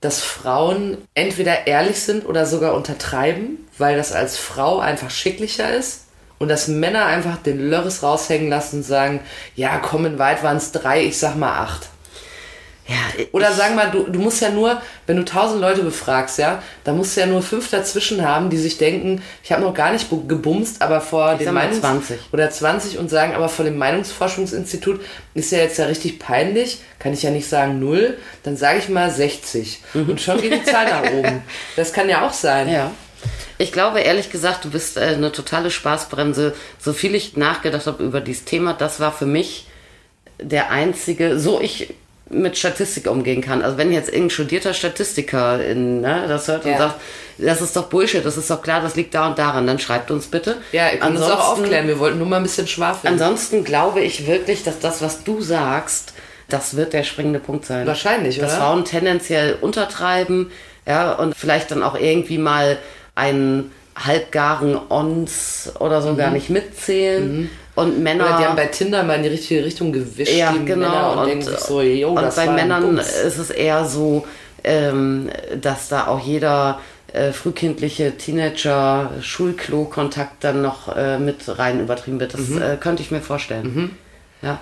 S3: dass Frauen entweder ehrlich sind oder sogar untertreiben, weil das als Frau einfach schicklicher ist. Und dass Männer einfach den Lörres raushängen lassen und sagen, ja, komm, in weit waren es drei, ich sag mal acht.
S2: Ja,
S3: Oder sagen wir mal, du, du musst ja nur, wenn du tausend Leute befragst, ja, da musst du ja nur fünf dazwischen haben, die sich denken, ich habe noch gar nicht bu- gebumst, aber vor dem
S2: sag mal
S3: Meinungs
S2: 20.
S3: oder 20 und sagen, aber vor dem Meinungsforschungsinstitut ist ja jetzt ja richtig peinlich, kann ich ja nicht sagen null, dann sage ich mal 60 und schon geht die Zahl nach oben. Das kann ja auch sein.
S2: Mhm. Ja. Ich glaube, ehrlich gesagt, du bist äh, eine totale Spaßbremse. So viel ich nachgedacht habe über dieses Thema, das war für mich der einzige, so ich mit Statistik umgehen kann. Also wenn jetzt irgendein studierter Statistiker in, ne, das hört
S3: Ja.
S2: und sagt, das ist doch Bullshit, das ist doch klar, das liegt da und daran, dann schreibt uns bitte.
S3: Ja, ihr könnt uns auch
S2: Ansonsten-
S3: aufklären, wir wollten nur mal ein bisschen schwafeln.
S2: Ansonsten glaube ich wirklich, dass das, was du sagst, das wird der springende Punkt sein.
S3: Wahrscheinlich,
S2: Dass
S3: oder?
S2: Frauen tendenziell untertreiben, ja, und vielleicht dann auch irgendwie mal einen halbgaren Ons oder so gar nicht mitzählen. Und Männer.
S3: Mhm. Oder die haben bei Tinder mal in die richtige Richtung gewischt,
S2: ja,
S3: die Männer,
S2: genau.
S3: und,
S2: Und,
S3: denken sich so, yo,
S2: und
S3: das
S2: bei
S3: war ein
S2: Männern
S3: Bums.
S2: ist es eher so, ähm, dass da auch jeder äh, frühkindliche Teenager Schulklo-Kontakt dann noch äh, mit rein übertrieben wird. Das
S3: Mhm.
S2: äh, könnte ich mir vorstellen. Ja.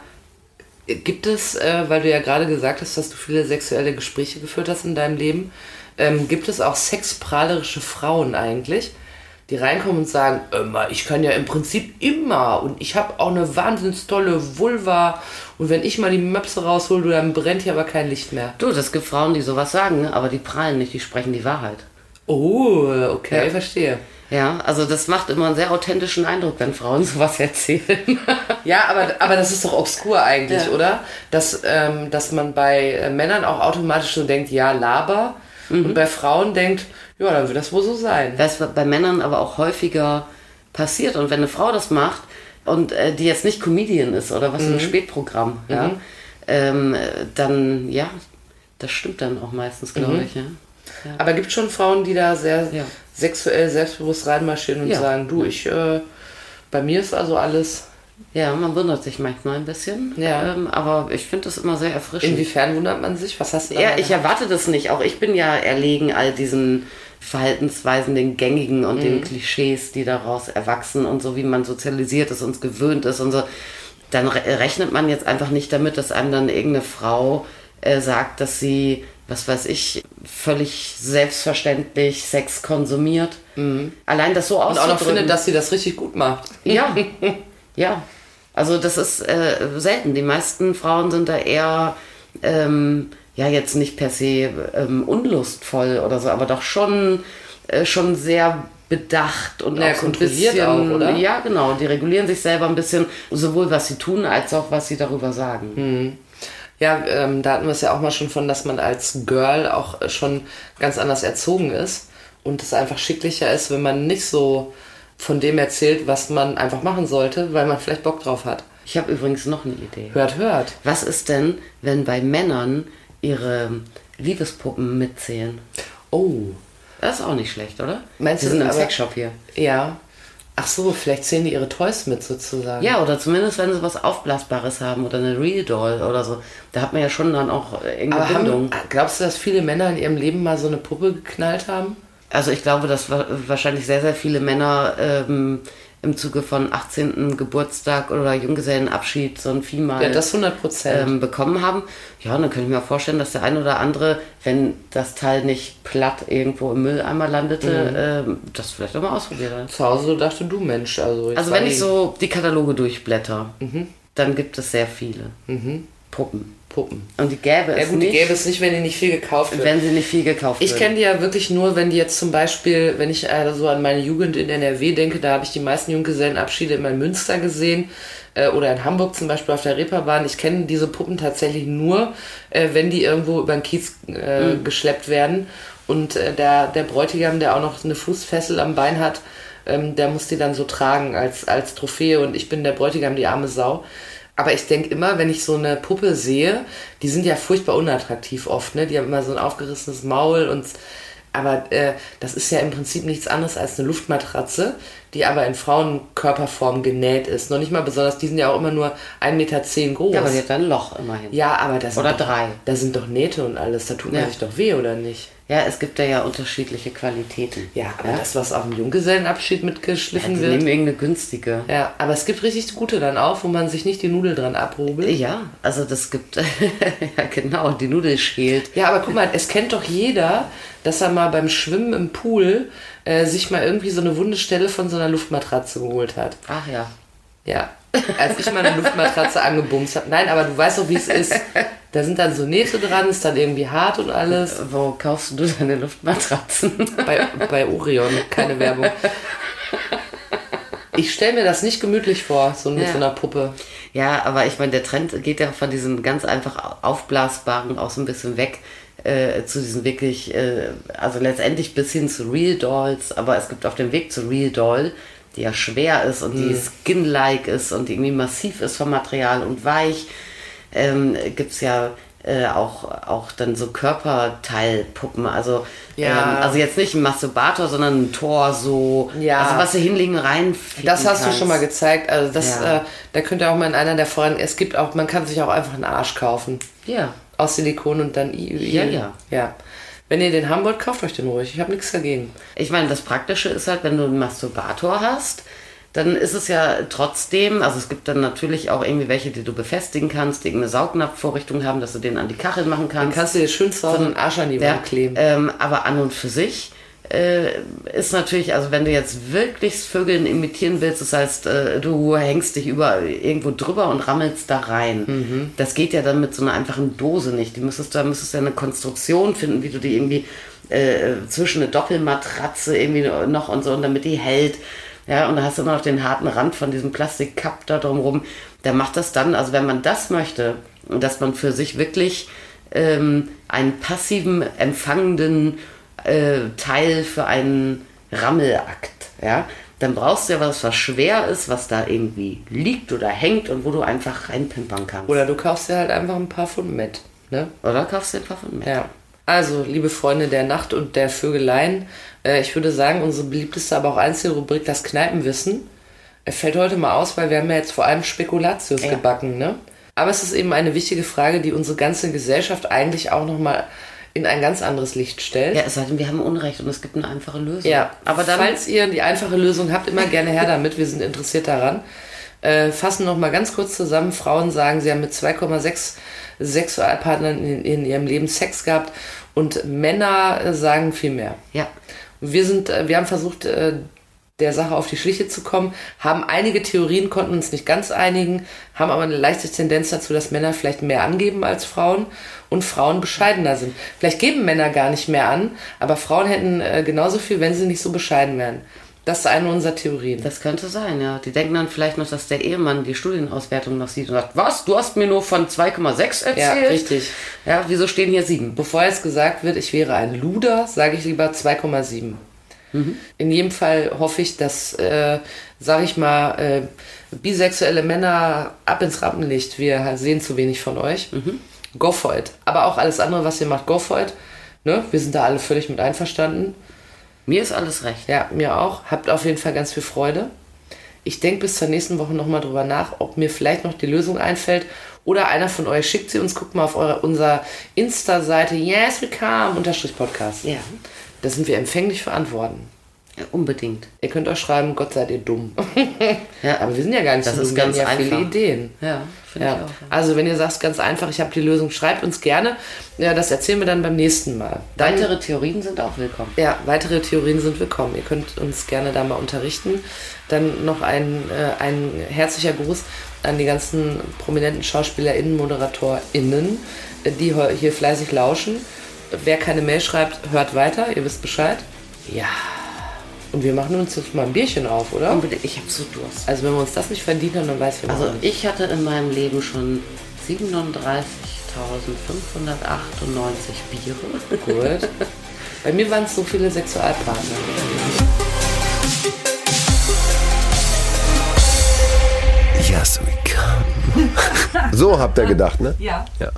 S3: Gibt es, äh, weil du ja gerade gesagt hast, dass du viele sexuelle Gespräche geführt hast in deinem Leben, ähm, gibt es auch sexprahlerische Frauen eigentlich, die reinkommen und sagen, immer, ich kann ja im Prinzip immer und ich habe auch eine wahnsinnig tolle Vulva und wenn ich mal die Möpse raushole, dann brennt hier aber kein Licht mehr.
S2: Du, das gibt Frauen, die sowas sagen, ne? aber die prallen nicht, die sprechen die Wahrheit.
S3: Oh, okay,
S2: Ja.
S3: verstehe.
S2: Ja, also das macht immer einen sehr authentischen Eindruck, wenn Frauen sowas erzählen.
S3: Ja, aber, aber das ist doch obskur eigentlich,
S2: Ja.
S3: oder? Dass, ähm, dass man bei äh, Männern auch automatisch so denkt, ja, laber.
S2: Mhm.
S3: Und bei Frauen denkt, ja, dann wird das wohl so sein.
S2: Das bei Männern aber auch häufiger passiert. Und wenn eine Frau das macht und äh, die jetzt nicht Comedian ist oder
S3: Mhm.
S2: was im Spätprogramm, ja, ähm, äh, dann ja, das stimmt dann auch meistens, glaube
S3: Mhm.
S2: ich. Ja.
S3: Aber gibt schon Frauen, die da sehr
S2: Ja.
S3: sexuell selbstbewusst reinmarschieren und
S2: Ja.
S3: sagen, du, ich, äh, bei mir ist also alles.
S2: ja, man wundert sich manchmal ein bisschen.
S3: Ja.
S2: Ähm, aber ich finde das immer sehr erfrischend.
S3: Inwiefern wundert man sich? Was hast du da?
S2: Ja, ich erwarte das nicht. Auch ich bin ja erlegen all diesen Verhaltensweisen, den gängigen und
S3: Mhm.
S2: den Klischees, die daraus erwachsen und so, wie man sozialisiert ist, uns gewöhnt ist und so. Dann re rechnet man jetzt einfach nicht damit, dass einem dann irgendeine Frau äh, sagt, dass sie, was weiß ich, völlig selbstverständlich Sex konsumiert. Allein das so
S3: Mhm. und auch
S2: auszudrücken.
S3: noch findet, dass sie das richtig gut macht.
S2: Ja, ja. Also das ist äh, selten. Die meisten Frauen sind da eher, ähm, ja jetzt nicht per se ähm, unlustvoll oder so, aber doch schon, äh, schon sehr bedacht und
S3: Naja,
S2: auch so ein
S3: kontrolliert
S2: bisschen,
S3: auch, oder?
S2: ja genau, die regulieren sich selber ein bisschen, sowohl was sie tun als auch was sie darüber sagen.
S3: Hm. Ja, ähm, da hatten wir es ja auch mal schon von, dass man als Girl auch äh, schon ganz anders erzogen ist und es einfach schicklicher ist, wenn man nicht so von dem erzählt, was man einfach machen sollte, weil man vielleicht Bock drauf hat.
S2: Ich habe übrigens noch eine Idee.
S3: Hört, hört.
S2: Was ist denn, wenn bei Männern ihre Liebespuppen mitzählen?
S3: Oh.
S2: Das ist auch nicht schlecht, oder?
S3: Meinst
S2: Wir
S3: du,
S2: sind im
S3: aber-
S2: Sexshop hier.
S3: Ja. Ach so, vielleicht zählen die ihre Toys mit sozusagen.
S2: Ja, oder zumindest wenn sie was Aufblasbares haben oder eine Real Doll oder so. Da hat man ja schon dann auch äh,
S3: Aber
S2: irgendeine
S3: haben,
S2: Bindung.
S3: glaubst du, dass viele Männer in ihrem Leben mal so eine Puppe geknallt haben?
S2: Also ich glaube, dass wa- wahrscheinlich sehr, sehr viele Männer ähm, im Zuge von 18. Geburtstag oder Junggesellenabschied so ein Vieh mal
S3: Ja, das halt- 100 Prozent.
S2: ähm, bekommen haben. Ja, und dann könnte ich mir auch vorstellen, dass der ein oder andere, wenn das Teil nicht platt irgendwo im Mülleimer landete,
S3: Mhm.
S2: ähm, das vielleicht auch mal ausprobiert hat.
S3: Zu Hause dachte du, Mensch, also jetzt
S2: Also
S3: war
S2: wenn
S3: die Mhm.
S2: ich so die Kataloge durchblätter, dann gibt es sehr viele Puppen.
S3: Puppen.
S2: Und die gäbe
S3: Ja
S2: es
S3: gut,
S2: nicht.
S3: die gäbe es nicht, wenn die nicht viel gekauft wird.
S2: wenn sie nicht viel gekauft
S3: Ich
S2: würden.
S3: kenne die ja wirklich nur, wenn die jetzt zum Beispiel, wenn ich äh, so an meine Jugend in NRW denke, da habe ich die meisten Junggesellenabschiede immer in Münster gesehen äh, oder in Hamburg zum Beispiel auf der Reeperbahn. Ich kenne diese Puppen tatsächlich nur, äh, wenn die irgendwo über den Kiez äh, geschleppt werden. Und äh, der, der Bräutigam, der auch noch eine Fußfessel am Bein hat, ähm, der muss die dann so tragen als, als Trophäe und ich bin der Bräutigam, die arme Sau. Aber ich denke immer, wenn ich so eine Puppe sehe, die sind ja furchtbar unattraktiv oft, ne? Die haben immer so ein aufgerissenes Maul und aber äh, das ist ja im Prinzip nichts anderes als eine Luftmatratze, die aber in Frauenkörperform genäht ist. Noch nicht mal besonders, die sind ja auch immer nur 1,10 Meter groß.
S2: Ja, aber sie hat ein Loch immerhin.
S3: ja, aber das
S2: Oder
S3: sind doch,
S2: drei.
S3: Da sind doch Nähte und alles, da tut man
S2: Ja.
S3: sich doch weh, oder nicht?
S2: Ja, es gibt da ja unterschiedliche Qualitäten.
S3: Ja, aber das, was auf dem Junggesellenabschied mitgeschliffen
S2: Sie
S3: wird.
S2: nehmen irgendeine günstige.
S3: Ja, aber es gibt richtig gute dann auch, wo man sich nicht die Nudel dran abhobelt.
S2: Ja, also das gibt, ja genau, die Nudel schält.
S3: Ja, aber guck mal, es kennt doch jeder, dass er mal beim Schwimmen im Pool äh, sich mal irgendwie so eine wunde Stelle von so einer Luftmatratze geholt hat.
S2: Ach ja.
S3: Ja, als ich meine Luftmatratze angebumst habe. Nein, aber du weißt doch, wie es ist. Da sind dann so Nähte dran, ist dann irgendwie hart und alles.
S2: Wo kaufst du deine Luftmatratzen?
S3: Bei, bei Orion, keine Werbung. Ich stelle mir das nicht gemütlich vor, so mit
S2: Ja.
S3: so einer Puppe.
S2: Ja, aber ich meine, der Trend geht ja von diesem ganz einfach aufblasbaren auch so ein bisschen weg äh, zu diesen wirklich, äh, also letztendlich bis hin zu Real Dolls, aber es gibt auf dem Weg zu Real Doll, die ja schwer ist und
S3: Mhm.
S2: die skin-like ist und die irgendwie massiv ist vom Material und weich, ähm, gibt's ja äh, auch, auch dann so Körperteilpuppen, also,
S3: Ja.
S2: ähm, also jetzt nicht ein Masturbator, sondern ein Torso,
S3: Ja.
S2: also was du hinlegen, rein
S3: Das hast du schon mal gezeigt. Also das,
S2: Ja.
S3: äh, da könnt ihr auch mal in einer der Foren. Es gibt auch, man kann sich auch einfach einen Arsch kaufen.
S2: Ja.
S3: Aus Silikon und dann I, I,
S2: Ja, ja.
S3: ja. Wenn ihr den haben wollt, kauft euch den ruhig. Ich habe nichts dagegen.
S2: Ich meine, das Praktische ist halt, wenn du einen Masturbator hast, dann ist es ja trotzdem, also es gibt dann natürlich auch irgendwie welche, die du befestigen kannst, die irgendeine Saugnapfvorrichtung haben, dass du den an die Kachel machen kannst.
S3: Kannst du dir schön zu Hause einen Arsch an die Wand kleben.
S2: Ähm, aber an und für sich äh, ist natürlich, also wenn du jetzt wirklich Vögeln imitieren willst, das heißt, äh, du hängst dich über irgendwo drüber und rammelst da rein. Das geht ja dann mit so einer einfachen Dose nicht. Die müsstest, da müsstest du ja eine Konstruktion finden, wie du die irgendwie äh, zwischen eine Doppelmatratze irgendwie noch und so, und damit die hält. Ja, und da hast du immer noch den harten Rand von diesem Plastikcup da drumrum. Der macht das dann, also wenn man das möchte, dass man für sich wirklich ähm, einen passiven, empfangenden äh, Teil für einen Rammelakt, ja, dann brauchst du ja was, was schwer ist, was da irgendwie liegt oder hängt und wo du einfach reinpimpern kannst.
S3: Oder du kaufst dir halt einfach ein paar Pfund mit. Ne?
S2: Oder kaufst dir ein paar von mit.
S3: Ja. Also, liebe Freunde der Nacht und der Vögeleien, äh, ich würde sagen, unsere beliebteste, aber auch einzige Rubrik, das Kneipenwissen, äh, fällt heute mal aus, weil wir haben ja jetzt vor allem Spekulatius gebacken, ne? Aber es ist eben eine wichtige Frage, die unsere ganze Gesellschaft eigentlich auch nochmal in ein ganz anderes Licht stellt.
S2: Ja, es sei denn, wir haben Unrecht und es gibt eine einfache Lösung.
S3: Ja,
S2: aber dann
S3: falls ihr die einfache Lösung habt, immer gerne her damit, wir sind interessiert daran. Äh, fassen noch mal ganz kurz zusammen, Frauen sagen, sie haben mit 2,6 Sexualpartnern in, in ihrem Leben Sex gehabt und Männer äh, sagen viel mehr.
S2: ja,
S3: Wir sind, äh, wir haben versucht, äh, der Sache auf die Schliche zu kommen, haben einige Theorien, konnten uns nicht ganz einigen, haben aber eine leichte Tendenz dazu, dass Männer vielleicht mehr angeben als Frauen und Frauen bescheidener sind. Vielleicht geben Männer gar nicht mehr an, aber Frauen hätten äh, genauso viel, wenn sie nicht so bescheiden wären. Das ist eine unserer Theorien.
S2: das könnte sein, ja. Die denken dann vielleicht noch, dass der Ehemann die Studienauswertung noch sieht und sagt, was, du hast mir nur von 2,6 erzählt?
S3: Ja, richtig.
S2: Ja, wieso stehen hier sieben?
S3: Bevor jetzt gesagt wird, ich wäre ein Luder, sage ich lieber 2,7. In jedem Fall hoffe ich, dass, äh, sage ich mal, äh, bisexuelle Männer ab ins Rampenlicht. Wir sehen zu wenig von euch. Go for it. Aber auch alles andere, was ihr macht, go for it. Ne? Wir sind da alle völlig mit einverstanden.
S2: Mir ist alles recht.
S3: Ja, mir auch. Habt auf jeden Fall ganz viel Freude. Ich denke bis zur nächsten Woche nochmal drüber nach, ob mir vielleicht noch die Lösung einfällt. Oder einer von euch schickt sie uns. Guckt mal auf eure, unserer Insta-Seite Yes We Come unterstrich Podcast.
S2: Ja,
S3: Da sind wir empfänglich für Antworten.
S2: ja unbedingt.
S3: Ihr könnt auch schreiben, Gott seid ihr dumm.
S2: Ja,
S3: Aber wir sind ja gar nicht
S2: Das
S3: so
S2: ist
S3: dumm, wir
S2: ganz
S3: haben ja viele
S2: einfach.
S3: Ideen.
S2: Ja, finde ich
S3: Ja.
S2: auch. ja.
S3: Also wenn ihr sagt, ganz einfach, ich habe die Lösung, schreibt uns gerne. Ja, das erzählen wir dann beim nächsten Mal. Dann,
S2: Weitere Theorien sind auch willkommen.
S3: ja, weitere Theorien sind willkommen. Ihr könnt uns gerne da mal unterrichten. Dann noch ein, äh, ein herzlicher Gruß an die ganzen prominenten SchauspielerInnen, ModeratorInnen, äh, die heu- hier fleißig lauschen. Wer keine Mail schreibt, hört weiter. Ihr wisst Bescheid. Ja. Und wir machen uns jetzt mal ein Bierchen auf, oder?
S2: Unbedingt. Ich habe so Durst.
S3: Also wenn wir uns das nicht verdient haben, dann weiß wir
S2: Also
S3: nicht.
S2: ich hatte in meinem Leben schon 37.598 Biere.
S3: Gut. Bei mir waren es so viele Sexualpartner.
S1: Yes, we come.
S4: So habt ihr gedacht, ne?
S5: Ja.
S1: Ja.